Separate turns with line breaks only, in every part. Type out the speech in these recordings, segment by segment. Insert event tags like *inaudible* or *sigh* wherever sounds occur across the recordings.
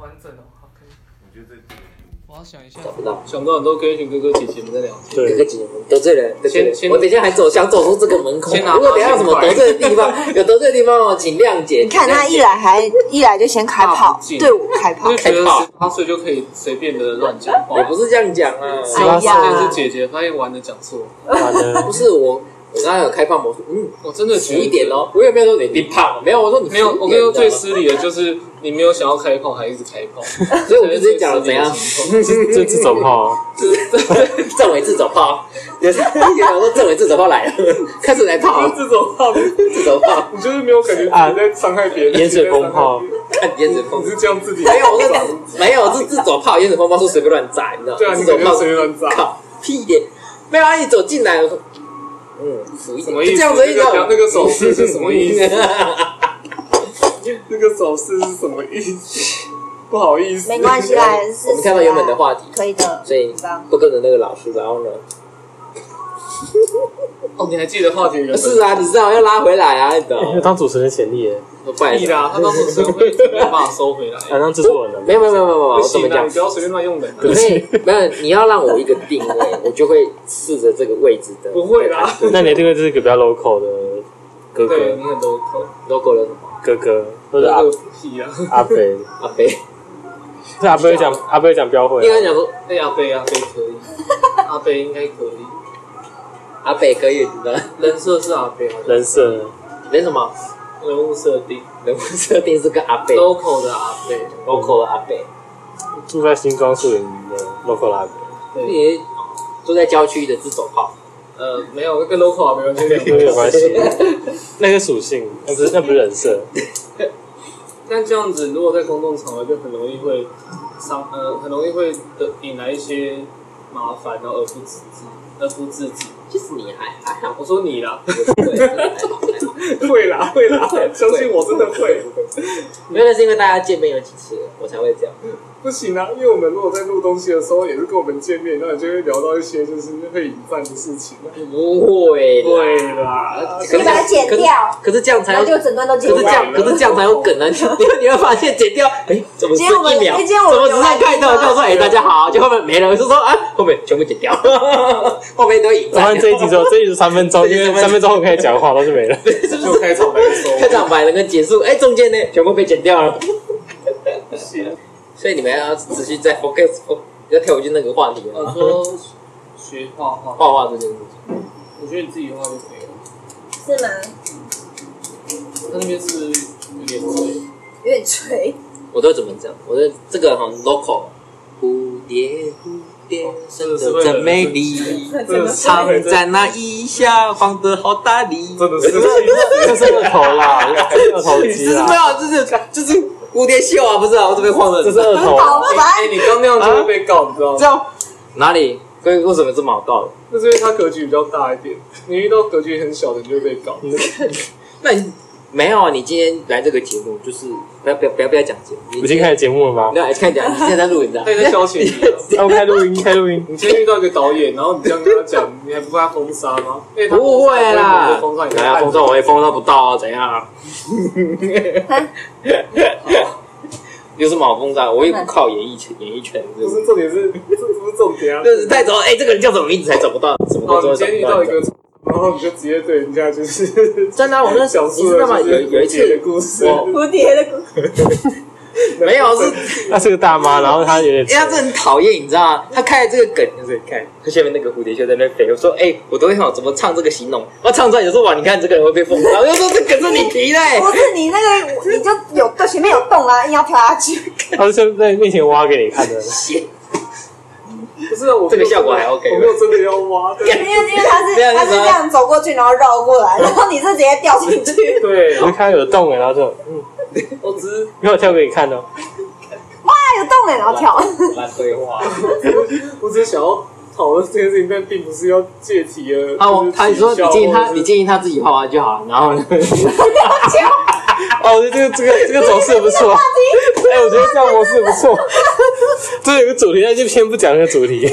完整哦，好可以。
我觉得这
我要想一下，
不到。
想到很多跟一群哥哥姐姐们在聊天。
对
得，罪人得罪人，得罪
先
人
先
我等一下还走，想走出这个门口。
先拿
如果等一下有什么
八千
得
块
罪的地方，有得罪的地方哦，请谅解。
你看他一来还一来就先开
大
炮
不敬，
对我开炮
就，觉得十八岁就可以随便的乱讲话
也，不是这样讲啊，
哎呀
十八岁是姐姐，发现玩的讲错，
完了，不是我，我刚刚有开放魔术，嗯，
我真的
十
觉得
一点哦，我也没有说你你胖，没有，我说你
没有，我跟你说最
十一
失礼的就是你没有想要开炮，还一直开炮，
点的嘛，所以我就直接讲了怎样，
这
*laughs*
自走炮，
政委自走炮，也是也想说政委自走炮来了， *laughs* 开始来炮，自走 *laughs* 炮，自走炮，
你就是没有 *laughs* 感觉自己啊在伤害别人，
烟水风 *laughs* 炮，
看烟水风
你。是这样自己
没有，我是没有，是自走炮，烟水风炮是随便乱炸，你知道吗？
对啊，
自
你
走
感觉
炮
随便乱炸。
靠屁点，没有啊！一走进来，我说，嗯，服一
什
点，
么
就
意思？
这样子而已
那
哦
个那个手势是什么意
*laughs*
思？
思？
那个手势是什么意思？不好意思，
没关系啦，是
我们跳到原本的话题，
可以的，
所以
很棒
不跟着那个老师，然后呢？
哦，你还记得话题原本
是啊，你知道要拉回来啊，你懂？
要当主持人潜力耶，
不然
屁啦，啊他当时是会没办法收回来，
啊，当制作人呢？
没有没有没有没有，
不
我怎么
行啊，
讲
你？不要随便乱用人啊，
对不
因
起，
为没有，你要让我一个定位，我就会试着这个位置的。
不会啦，
*laughs* 那你这个是一个比较 local 的
*laughs* 对
哥哥
你很 local，
，logo 了什么？
哥哥，或者阿
这个屁啊， *laughs*
阿飞，
阿
*laughs*
飞，
是阿飞讲阿飞讲标会
你
啊，
刚讲说
哎阿贝阿贝可以，阿贝应该可以，
阿北可以，你知道
人设是阿贝，
人设
人什么？
人物设定
人物设定是个阿北
local 的阿贝，
，logo 的阿北，
住在新庄树林的 local 阿伯，
对，
你住在郊区的自走炮。
呃，没有跟 local 啊没关系，
都没有关系。
*laughs*
那个属性，那不是那不是人设，
但这样子，如果在公众场合，就很容易会伤，呃，很容易会得引来一些麻烦，然后而不自知，而不自知。
就是你还还好，
我说你啦，
对，还好还好
*laughs* 会啦会啦，相信我真的会。
没有，那是因为大家见面有几次了，我才会这样。
不行啊，因为我们如果在录东西的时候，也是跟我们见面，然后你就会聊到一些就是会引战的事情。
不会啦，
对啦，
可
你把它剪掉，
可是这样才
然
有，
后
可
就整段都剪
是这
掉。
样，可是这样才有梗
*laughs*
啊！你你会发现剪掉，哎，怎么是
今天我们
一秒？
哎今
怎
天我们
么只剩开头？
有来宾吗
就说哎大家好，就后面没了，就说啊后面全部剪
*laughs*
掉，后面都引
我
战
看，这一集只有这一集是三分钟，
这一
因
集
为
三分钟
三分钟我可以讲话都是没了。
是不？
就是开场白说，
开场白了跟结束，哎中间呢全部被剪掉了，
不行，
所以你们要持续在 focus，要跳回去那个话题
我
了，
说学画画，
画画这件事情。
我觉得你自己画就可以了。
是吗？
他那边是有点碎，
有点垂，
我都怎么讲？我的这个很 local。蝴蝶，蝴蝶，
哦
生得
*laughs*
真美丽，
真的是
藏在那一下，放的好大力。
啊
真的是
这是二头啦，这是二头
这
肌
是没
啦，
有，这是就是蝴蝶袖啊，不是啊？我这边晃的
这是二头。
好烦。
哎，你刚那样就会被告，你知
*laughs*
道
这
吗？
样哪里？为为什么这么好告的？
那是因为他格局比较大一点，你遇到格局很小的，你就会被告。
那你没有啊？你今天来这个节目，就是不要不要不要不要讲节目，你
已经开始节目了吗？
没有来看讲，你现在在录影的
他。也在消遣你啊。
那我们开录音，开录音。
你今天遇到一个导演，然后你这样跟他讲，你还不怕他封
*laughs*
杀吗？哎他
不会
他
啦，
封杀你，
哎呀，封杀我也封杀不到啊，怎样啊？有什么好封杀？我也不靠演艺圈，演艺圈
不是重点是，这不是重点啊。
就是太早，哎，这个人叫什么名字还找不到，什么
哦，
都找
你今天遇
不
到
到
一。个，然后你就直接对人
*laughs*
家就是
真的啊，我那
讲
你
述
知
了
道吗？
就
有
是
有一
姐
次
的，故事，
我
蝴蝶的故
没有是，
她是个大妈，然后她有点
因为他真的很讨厌，你知道吗？他开了这个梗，就是看他下面那个蝴蝶袖在那飞，我说，哎，我都会好怎么唱这个形容，我唱出来有时候哇，你看这个人会被封杀，我就说这梗是你提的欸，
不是你那个，你就有对前面有洞啊，硬要跳下去。
*laughs* 她是在面前挖给你看的。
不是啊我
这个效果还 OK 吧
我没有真的要挖，但
因为因为他是
没有那
他
时候
是这样走过去，然后绕过来，然后你是直接掉进
*laughs*
去。
对
我就看到有洞哎，然后就嗯，
我只是
没有跳给你看哦。
哇，有洞哎，然后跳。
烂对话。
我只是想要讨论这件事情，但并不是要借题而
啊，我他说你建议他，你
议
建议他自己画完就好了。然后
*laughs* 啊
呢，
哦，我觉得这个这个这个走势
*laughs*
不错。 *laughs* 哎，我觉得这样模式不错。 *laughs* 这有个主题，那就先不讲那个主题， *laughs*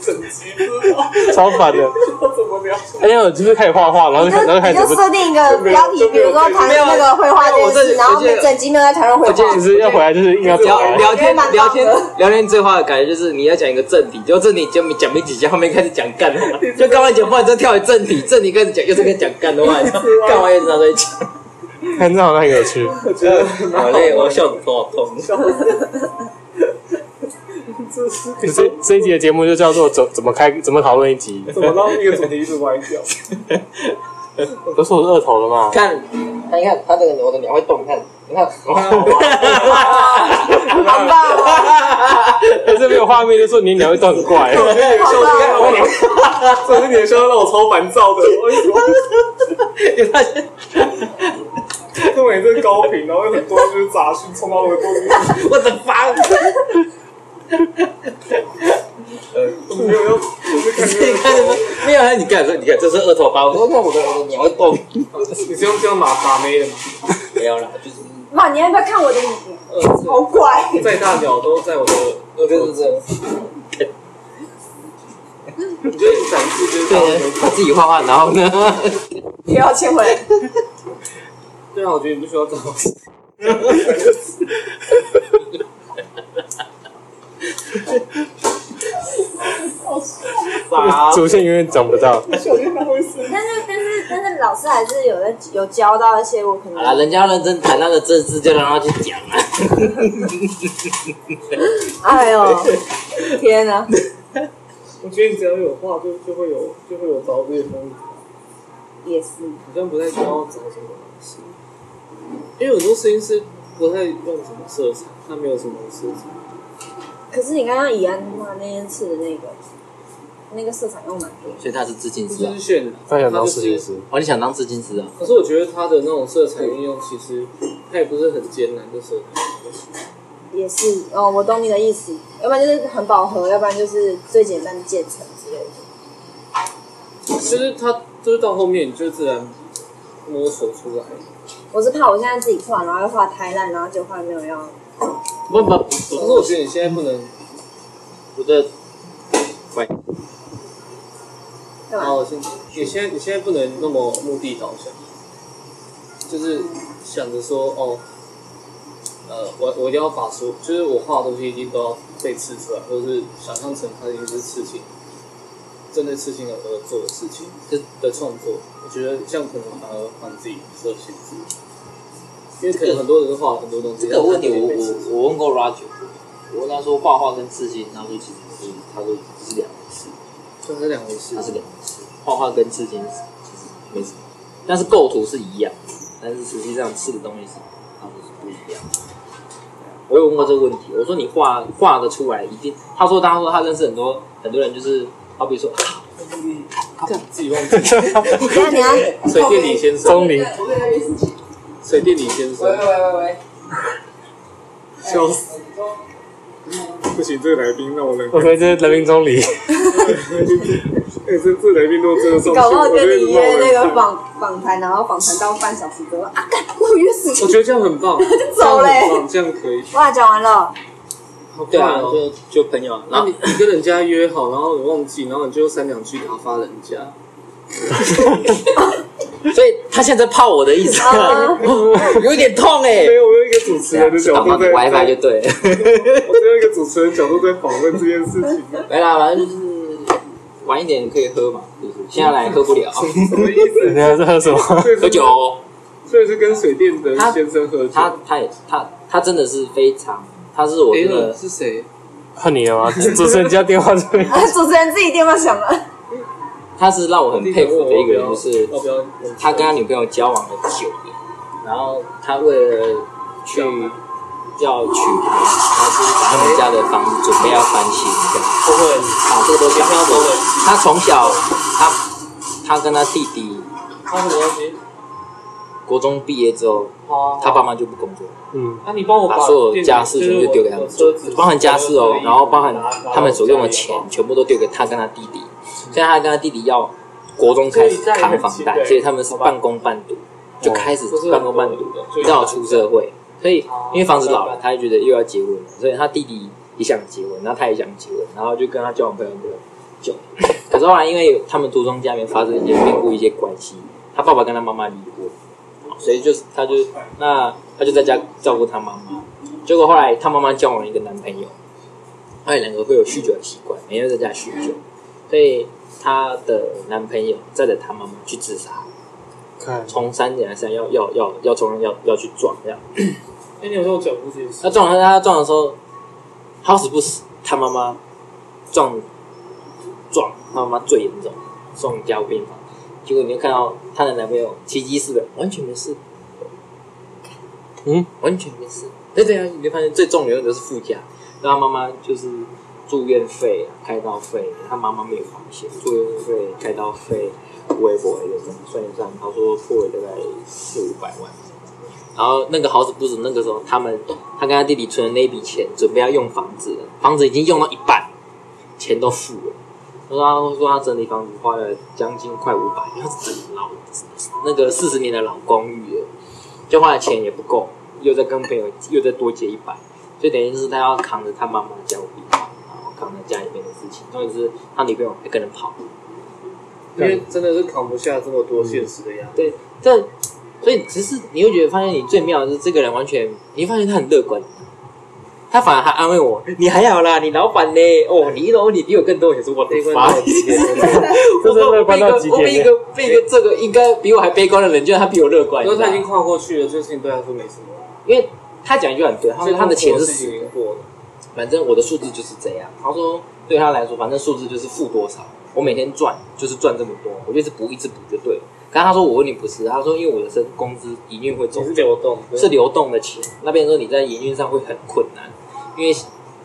整集不知道
超烦
我
的。
怎么不要
哎呀，我就是开始画画，然后
你
就然后
就
开
你
始
就
不，
设定一个标
*laughs*
题，比如说谈论那个绘画这件事，然后整集没有在谈论绘画，
其实要回来就是硬要走
聊
来。
聊 *laughs*
我觉得
天
蛮棒的
聊天聊天最话的感觉就是你要讲一个正题，就正题就没讲没几下，后面开始讲干话，就刚刚讲 *laughs* 话，你再跳回正题，正题开始讲又是跟啊你讲干话， *laughs* 你知道干话又是拿出来讲，
看这好像很有趣，
我觉得很
好累，我笑得
*laughs*
头好痛。
这是 *laughs*
就这这一集的节目就叫做怎怎么开怎么讨论一集，
怎么
*laughs*
让一个主题一直歪掉？
不是我是二头
*laughs*
了吗？
看，看一看他这个我的鸟会动，你看，你看，
好棒哦！
啊
但是没有画面就说你鸟会断怪，
*laughs*
*laughs*
这是你的笑话让我超烦躁的，我一直
*laughs* 你发现
因为这是高频，然后有很多就是杂讯冲到我的肚子里，
我的妈！
我没有要，我是
*laughs*
看
你看，没有，你看，你看，这是二头八，我说看我的我的鸟会动，
你是用这样马法妹的吗？
没有啦，就是
妈，你要不要看我的
*laughs*
你？
呃，
好乖，
再大鸟都在我的耳
就
朵。
是这样。
你啊觉得你展示就是这样
对，他自己画画，然后呢？
不要牵回来。
对啊，我觉得你不需要找。
哇
主线永远找不到。
但是但是但是老师还是有在有教到一些我可
*laughs* 好啦，
能
人家要认真谈那个政治，就让他去讲啊。
哎呦 *laughs* 天哪！
我觉得你只要有话，就就会有就会有找这些东西。
也是，
好像不太知道找什么东西，因为很多事情是不太用什么色彩，它没有什么色彩。
可是你刚刚以安娜那件事的那个那个色彩用蛮多的，
所以他是致敬
这
师
就
啊
是。渲染，
他想
它
当
就
设计
是。
师， *laughs*
哦，你想当致敬师啊？
可是我觉得它的那种色彩运用，其实它也不是很艰难的色彩。
也是哦，我懂你的意思。要不然就是很饱和，要不然就是最简单的渐层之类的。
就是它就是到后面你就自然摸索出来。
我是怕我现在自己画，然后又画太烂，然后就画没有要。
哦
不不
可是我觉得你现在不能，
我的
干
然
嘛？
后现你现在你现在不能那么目的导向，就是想着说哦，呃，我我一定要把所有就是我画的东西一定都要被刺出来，或者是想象成它一定是刺青，针对刺青而而做的事情，就的创作，我觉得这样可能反而帮自己设限制，因为可能很多人都画了很多东西，
这个问题
但是
我
它没被刺出来
我我问过 Roger，我问他说画画跟刺青，他说其实是他说这是两回事，
这是两回事
它，是两回事。画画跟刺青其实没什么，但是构图是一样，但是实际上刺的东西是他说是不一样的。我有问过这个问题，我说你画画的出来一定，他说他说他认识很多很多人，就是好 *laughs* 比说
自己忘记
那你要
水电李先生，
钟林
水电李先生，
笑死！不行，这个来宾让我 *laughs* 冷
我觉得这是人民中里，
哎、这这来宾如果真的上去，
搞不好
我
跟
觉得
你约那个
访，
访访谈，然后访谈到半小时之后啊，干我约时间
我觉得这样
*laughs*
很棒，这
走
样
嘞
很棒，这样可以。
哇，讲完了， *laughs*
好棒
对啊，
哦
就就朋友，啊
然
然
后
*laughs* 后
你你跟人家约好，然后你忘记，然后你就三两句打发人家。
所以他现在在泡我的意思
啊，
哦有点痛哎、
没有，我用一个主持人的角
啊
导
度
航
在，
WiFi 就对了， *laughs*
*laughs* 我是用一个主持人角度在访问这件事情。
没啦，反正就是晚一点可以喝嘛，就是现在来喝不 *laughs* 了，
什么意思？
你要在喝什么？
所以
喝
是
酒哦。
所以是跟水电的先生喝酒。
他他也他他真的是非常，他是我
哎
真，
那
的
是谁？
换你了吗？主持人接到电话这边，
啊主持人自己电话响了， *laughs*
他是让我很佩服的一个人，就是
哦要不要？
他跟他女朋友交往了九年，然后他为了去要娶她，他就是把他们家的房子准备要翻新这样。
不会，
啊，这个都讲不会。他从小他他跟他弟弟
他什么东西？
国中毕业之后，
哦
他爸妈就不工作了。
嗯，
啊那你帮我
把
把
所有家事全部丢给他们做，包含家事哦，然后包含他们所用的钱，全部都丢给他跟他弟弟。现在他跟他弟弟要国中开始扛房贷，所以他们是半工半读，就开始半工半读，直到出社会。所以因为房子老了，他就觉得又要结婚了，所以他弟弟也想结婚，然后他也想结婚，然后就跟他交往朋友的久，可是后来因为他们途中家里面发生一些变故、一些关系，他爸爸跟他妈妈离婚，所以就是他就那他就在家照顾他妈妈。结果后来他妈妈交往了一个男朋友，他们两个会有酗酒的习惯，每天在家酗酒，所以她的男朋友载着她妈妈去自杀，
看
从山顶还是要要要要从要要去撞这样。
哎，你有时候讲过这件事
他，撞了他撞的时候，好死不死，他妈妈撞撞他妈妈最严重，送加护病房。结果你就看到她的男朋友奇迹似的，完全没事，
嗯，
完全没事。对对啊，你就发现最重的就是副驾，那他妈妈就是住院费、啊开刀费，他妈妈没有保险，住院费、开刀费、微博的算一算，他说破了大概四五百万。然后那个好死不死，那个时候他们他跟他弟弟存的那一笔钱，准备要用房子了，房子已经用到一半，钱都付了。然后他说他整理房子花了将近快五百，因为他是整老那个四十年的老公寓了，就花的钱也不够，又再跟朋友又再多借一百，所以等于就是他要扛着他妈妈的家务病房，然后扛着家里面的事情，重点是他女朋友还跟着跑。
因
啊
为真的是扛不下这么多现实的压力。
对，但所以只是你会觉得发现你最妙的是这个人完全，你会发现他很乐观，他反而还安慰我，你还好啦，你老板呢？哦，你遇到问题比我更多，也是我悲
悲
观
观到
到
极
极
点
*laughs* 点。
这
我
是乐
我
观
被一
到
个
极
我被一
点。
个被一个这个应该比我还悲观的人，觉得他比我乐观，
因为他已经
你知道吗
跨过去了，这个事情对他来说没什么。
因为他讲一句很对，他说嗯他的钱
这个
是
事
死
情已
的
经过了，
反正我的数字就是这样。他说对他来说，反正数字就是负多少，我每天赚就是赚这么多，我就是补一直补就对了。但他说我问你不是，他说因为我的生工资一定会走
总是流动，
是流动的钱，那变成说你在营运上会很困难，因为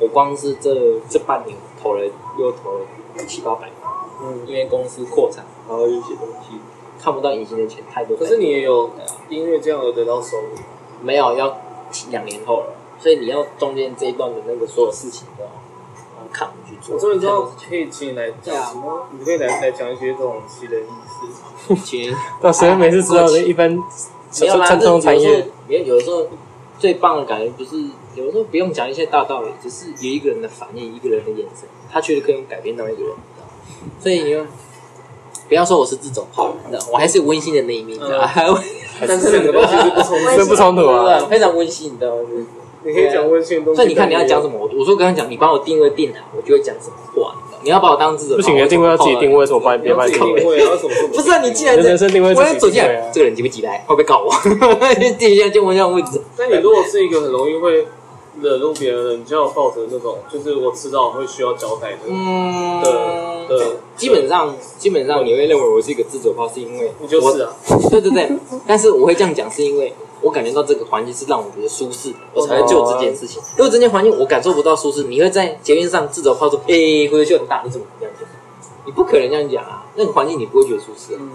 我光是这这半年投了又投了七八百，
嗯，
因为公司扩展，然后有些东西看不到隐形的钱太多。
可是你也有
对啊
因为这样而得到收入，
没有要两年后了，所以你要中间这一段的那个所有事情都要扛去做。
我终于知道可以请你来
嗯对
讲
啊
什么，你可以来来讲一些这种奇人异事。
其实
那谁每次知道的一般
没有啦，
传统产
有时
业
候，没有有的时候最棒的感觉不是，有的时候不用讲一些大道理，只是有一个人的反应，一个人的眼神，他确实可以改变到一个人，你知道吗？所以你就不要说我是自走炮，你知道我还是有温馨的那一面，你知道吗？
但是两个东西是不冲突
这不冲突啊。
非常温馨，你知道吗？
你可以讲温馨的东西。
所以你看你要讲什么，我我说刚刚讲，你把我定位定好，我就会讲什么话，你知道吗你要把我当自走炮，
不行，你的定位要自己定位，为什么帮你
你
别
要
帮
自
你
己
定
定
位？
位，然后什么什么
不是啊，你既然
你的人
是
生定位
我
自
要
己
走进
定位
来
啊，
这。个人急不急来，会不会告我？ *laughs* 第一下就问这样问题，
那你如果是一个很容易会惹怒别人的人，你就要抱着那种，就是我迟早会需要交代的。
嗯
的的，
基本上，基本上你会认为我是一个自走炮，是因为
你就是啊，
我， *laughs* 对对对。但是我会这样讲，是因为我感觉到这个环境是让我觉得舒适的，
哦
我才会就这件事情。如果这件环境我感受不到舒适，你会在捷运上自走炮说：“哎、欸，回去很大，你怎么这样讲？”你不可能这样讲啊！那个环境你不会觉得舒适啊，
嗯，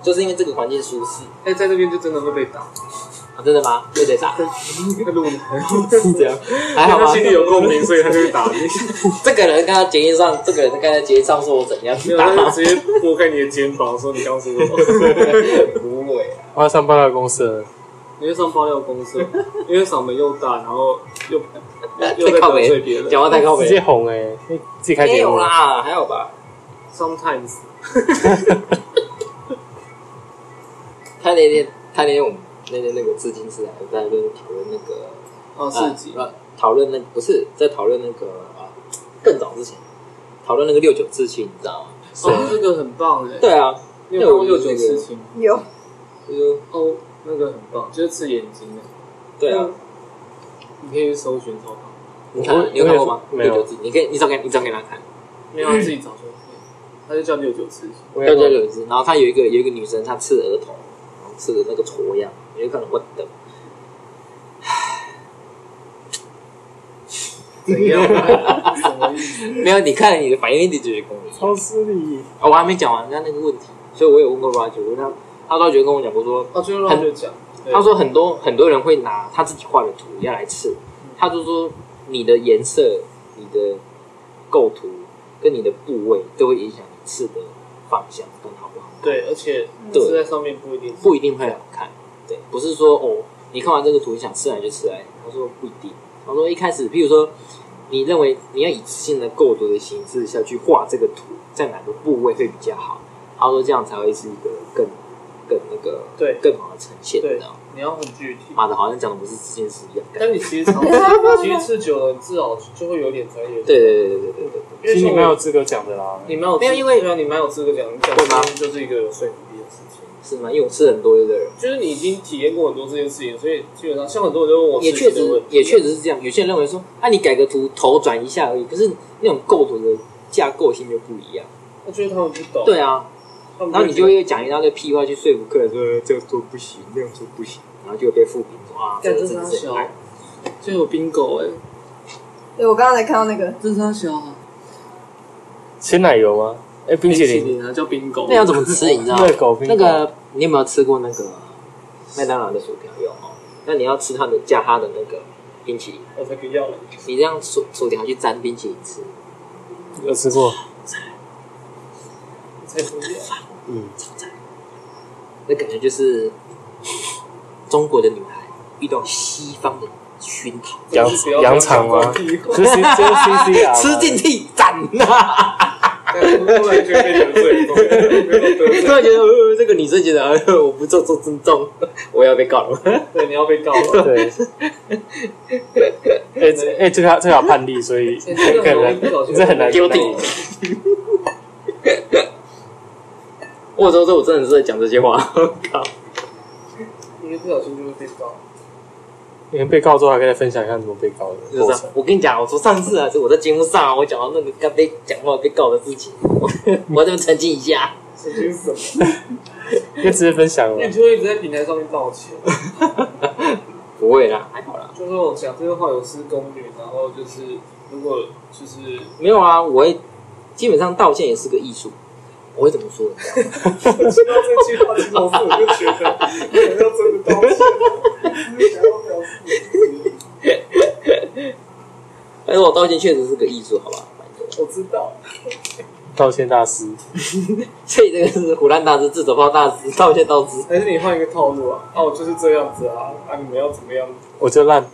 就是因为这个环境舒适
哎，在这边就真的会被
*laughs*
打，
啊！真的吗？对对
*laughs*
打
会录你，
是这样，还好啊
他
吧？
心里有共鸣，所以他就会打你。
*laughs* 这个人刚刚捷运上，这个人刚才捷运上说我怎样
没有，
打
他就
*laughs*
直接拨开你的肩膀，说你刚说什么？
芦苇啊！
我要上爆料公司了，
*laughs* 你就上爆料公司，因为嗓门又大，然后又又又
太
在
靠
得罪
北
别，人。
讲话太靠
直
北
接，红哎，你自己开
没
节目
有。啦，还好吧？
Sometimes，
他那天，他那天我们那天那个资金是还在那边讨论那个
哦，四级，
呃讨论那不是在讨论那个啊，更早之前讨论那个六九刺青，你知道吗？
哦，这个很棒哎，
对啊，
你有看过六九事情吗？
有
就是
哦，那个很棒，就是刺眼睛的，
对
嗯
啊，
你可以去搜寻找到。
你看你有看过吗？六九刺青，你可以你找给你找给他看，
没有，他自己找出
*laughs*
来，他就叫六九刺青。
我也
六九九刺，然后他有一个有一个女生，她刺额头，然后刺的那个挫样，你就看到我
*laughs*
的。
怎
*laughs*
样啊？什么意思？
没有，你看了你的反应一定就是跟我一样。
超失礼。
哦，我还没讲完刚刚那个问题，所以我有问过 Roger，我跟他他 Roger 跟我讲过说，
哦，就是让就讲，对
他说很多很多人会拿他自己画的图要来刺，他就说你的颜色、你的构图跟你的部位都会影响你刺的方向跟好不好，
对，而且
对
字在上面不一定
不一定会好看。对，不是说哦，你看完这个图你想刺来就刺来，他说不一定。他说一开始，譬如说你认为你要以现在构图的形式下去画这个图，在哪个部位会比较好？他说这样才会是一个更更那个
对
更好的呈现，
对
你知道吗？
你要很具体。
妈的，好像讲的不是这件事一样。干
但你其实尝其实吃久了，你至少就会有点专业。，
对对对对对对
因
对
为
是你
像
蛮有
我，
资格讲的啦。
你蛮有资，
没有因为
对啊，你蛮有资格讲，你讲
会吗
这就是一个有说服力的事情。
是吗？因为我吃很多的人，
就是你已经体验过很多这件事情，所以基本上像很多人都问我
也
吃鸡
确
的
实
问题，
也确实是这样。有些人认为说，啊，你改个图头转一下而已，可是那种构图的架构性就不一样。
我觉得他们不懂，
对啊，
他们
然后你
觉
就
得
会讲一大堆屁话去说服客人说呃这样做不行，那样做不行，然后就被负评说啊，这
干
个
这
真
是
的是
小
很烂，
就有 bingo 哎、
嗯
对，我刚刚才看到那个，
这是他小啊，
鲜奶油吗？哎，冰淇
淇
淋，
淋啊，叫 bingo，
那要怎么吃？
*laughs*
你知道吗
热？狗冰
那
淇淋，
个你有没有吃过那个麦当劳的薯条？有哦，那你要吃它的加它的那个冰淇淋，
我才不要了。
你这样薯薯条去沾冰淇淋吃，
有吃过，
才不要！
嗯，
那感觉就是中国的女孩遇到西方的熏陶，
羊
就是不要
羊肠吗 *laughs*
讲这 *laughs* 种屁话
这是
哦
这是 C
*laughs*
*laughs*
C 啊，
吃进去斩啊 *laughs* 呐！
突然觉得被得罪，
突然觉得，呃，这个女生觉得， *laughs* 呃，我不做做尊重， *laughs* 我要被告了。
对，你要被告了。
对。哎这哎，这个要这个要判例，所
*laughs*
以
这个
可能
不小心
这很难
Guilty 我说这我真的是在讲这些话，靠！
因为不小心就会被告。
你们被告之后还可以分享一下怎么被告的
*laughs* 就
过
是
啊
程。
我跟你讲，我说上次啊，就我在节目上啊、我讲到那个刚被讲话被告的事情， *laughs* 我我这边澄清一下。
神经什么？
因为直接分享
因为
了
哎你，就会一直在平台上面道歉，
不会啦，还好啦。
就是我讲这个话有失公允，然后就是如果就是
没有啊，我会基本上道歉也是个艺术。我会怎么说？你知道吗
我听到这句话，金老师我就觉得，你要真的道歉，只是想要表示自己
但哎是我道歉确实是个艺术，好吧？拜托
我知道，
道歉大师，
所以这个是胡乱大师、自走炮大师、道歉大师。
哦还是你换一个套路啊？啊，我就是这样子啊，啊，你们要怎么样？
我就烂，